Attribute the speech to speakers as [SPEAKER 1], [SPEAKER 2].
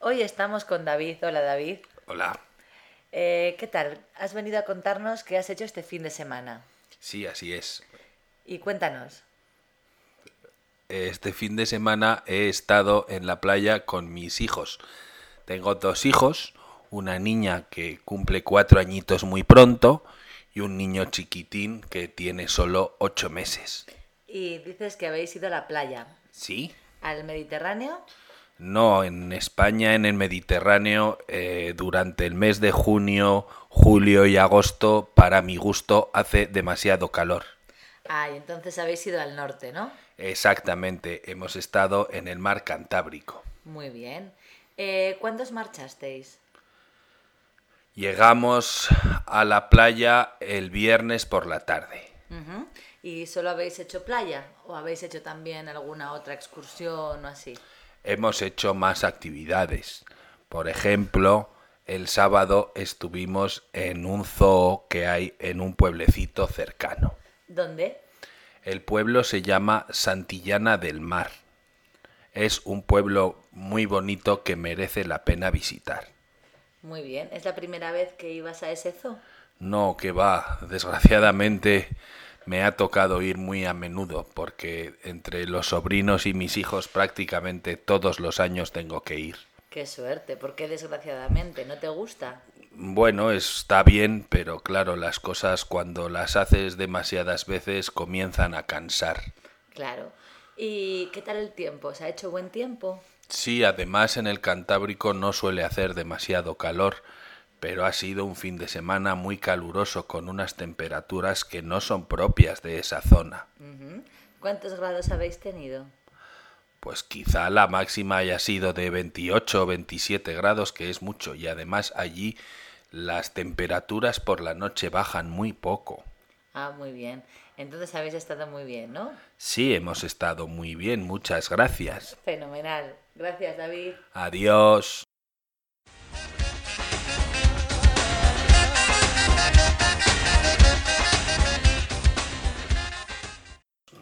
[SPEAKER 1] Hoy estamos con David. Hola David.
[SPEAKER 2] Hola.
[SPEAKER 1] Eh, ¿Qué tal? Has venido a contarnos qué has hecho este fin de semana.
[SPEAKER 2] Sí, así es.
[SPEAKER 1] Y cuéntanos.
[SPEAKER 2] Este fin de semana he estado en la playa con mis hijos. Tengo dos hijos, una niña que cumple cuatro añitos muy pronto y un niño chiquitín que tiene solo ocho meses.
[SPEAKER 1] Y dices que habéis ido a la playa,
[SPEAKER 2] ¿Sí?
[SPEAKER 1] al Mediterráneo.
[SPEAKER 2] No, en España, en el Mediterráneo, eh, durante el mes de junio, julio y agosto, para mi gusto, hace demasiado calor.
[SPEAKER 1] Ah, y entonces habéis ido al norte, ¿no?
[SPEAKER 2] Exactamente, hemos estado en el mar Cantábrico.
[SPEAKER 1] Muy bien. Eh, ¿Cuándo os marchasteis?
[SPEAKER 2] Llegamos a la playa el viernes por la tarde.
[SPEAKER 1] Ujú. ¿Y solo habéis hecho playa? ¿O habéis hecho también alguna otra excursión o así?
[SPEAKER 2] Hemos hecho más actividades. Por ejemplo, el sábado estuvimos en un zoo que hay en un pueblecito cercano.
[SPEAKER 1] ¿Dónde?
[SPEAKER 2] El pueblo se llama Santillana del Mar. Es un pueblo muy bonito que merece la pena visitar.
[SPEAKER 1] Muy bien. ¿Es la primera vez que ibas a ese zoo?
[SPEAKER 2] No, que va. Desgraciadamente me ha tocado ir muy a menudo porque entre los sobrinos y mis hijos prácticamente todos los años tengo que ir.
[SPEAKER 1] Qué suerte, porque desgraciadamente no te gusta.
[SPEAKER 2] Bueno, está bien, pero claro, las cosas cuando las haces demasiadas veces comienzan a cansar.
[SPEAKER 1] Claro. ¿Y qué tal el tiempo? ¿Se ha hecho buen tiempo?
[SPEAKER 2] Sí, además en el Cantábrico no suele hacer demasiado calor, pero ha sido un fin de semana muy caluroso con unas temperaturas que no son propias de esa zona.
[SPEAKER 1] Ujú. ¿Cuántos grados habéis tenido?
[SPEAKER 2] Pues quizá la máxima haya sido de 28 o 27 grados, que es mucho, y además allí las temperaturas por la noche bajan muy poco.
[SPEAKER 1] Ah, muy bien. Entonces habéis estado muy bien, ¿no?
[SPEAKER 2] Sí, hemos estado muy bien, muchas gracias.
[SPEAKER 1] Fenomenal. Gracias, David.
[SPEAKER 2] Adiós.